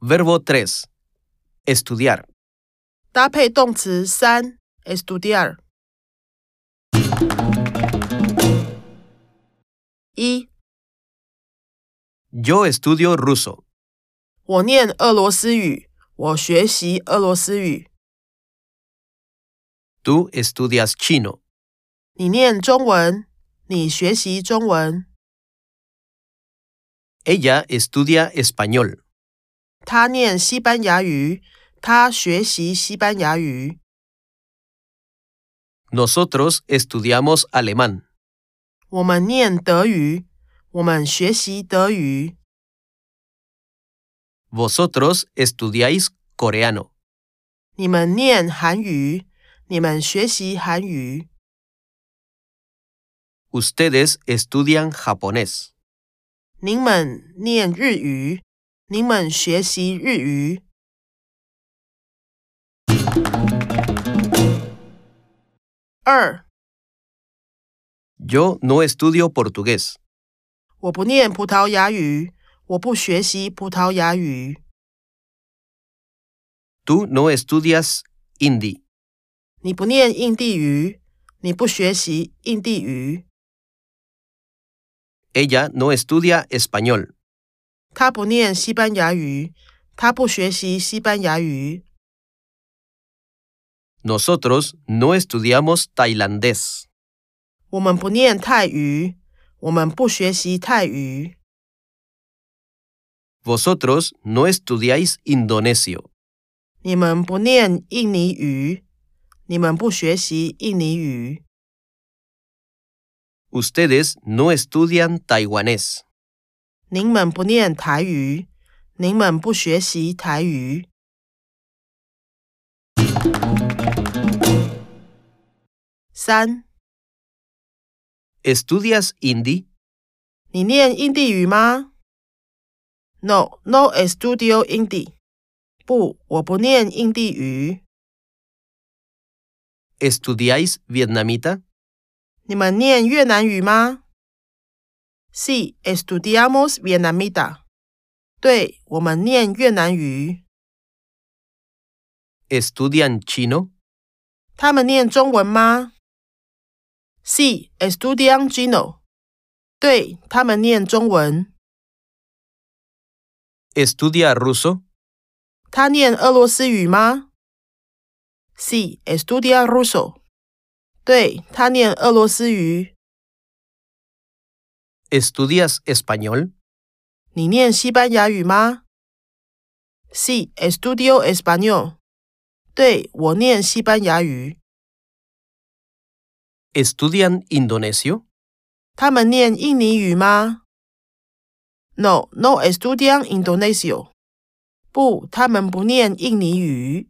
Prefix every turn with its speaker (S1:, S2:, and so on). S1: Verbo 3. Estudiar.
S2: 搭配动词三 estudiar。一，
S1: Yo estudio ruso.
S2: 我念俄罗斯语，我学习俄罗斯语。
S1: Tú estudias chino.
S2: 你念中文，你学习中文。
S1: Ella estudia español.
S2: 他念西班牙语，他学习西班牙语。
S1: Nosotros estudiamos alemán.
S2: 我们念德语，我们学习德语。
S1: Vosotros estudiáis coreano.
S2: 你们念韩语，你们学习韩语。
S1: Ustedes estudian japonés.
S2: 您们念日语，您们学习日语。二，
S1: Yo no estudio portugués.
S2: 我不念葡萄牙语，我不学习葡萄牙语。
S1: Tú no estudias hindi.
S2: 你不念印地语，你不学习印地语。
S1: Ella no estudia español.
S2: 他不念西班牙语，他不学习西班牙语。
S1: Nosotros no estudiamos tailandés.
S2: 我们不念泰语，我们不学习泰语。
S1: Vosotros no estudiáis indonesio.
S2: 你们不念印尼语，你们不学习印尼语，
S1: Ustedes no estudian taiwanés.
S2: 您们不念台语，您们不学习台语。三，
S1: ¿Estudias hindi?
S2: 你念印地语吗？No，no estudio Hindi。不，我不念印地语。
S1: ¿Estudiáis vietnamita?
S2: 你们念越南语吗？Sí, estudiamos vietnamita。对，我们念越南语。
S1: ¿Estudian chino?
S2: 他们念中文吗？Sí, estudian chino。对，他们念中文。
S1: ¿Estudia ruso?
S2: 他念俄罗斯语吗？Sí, estudia ruso。对，他念俄罗斯语。
S1: ¿Estudias español?
S2: 你念西班牙语吗？Sí, estudio español。对，我念西班牙语。
S1: ¿Estudian indonesio?
S2: 他们念印尼语吗？No, no estudian Indonesio。不，他们不念印尼语。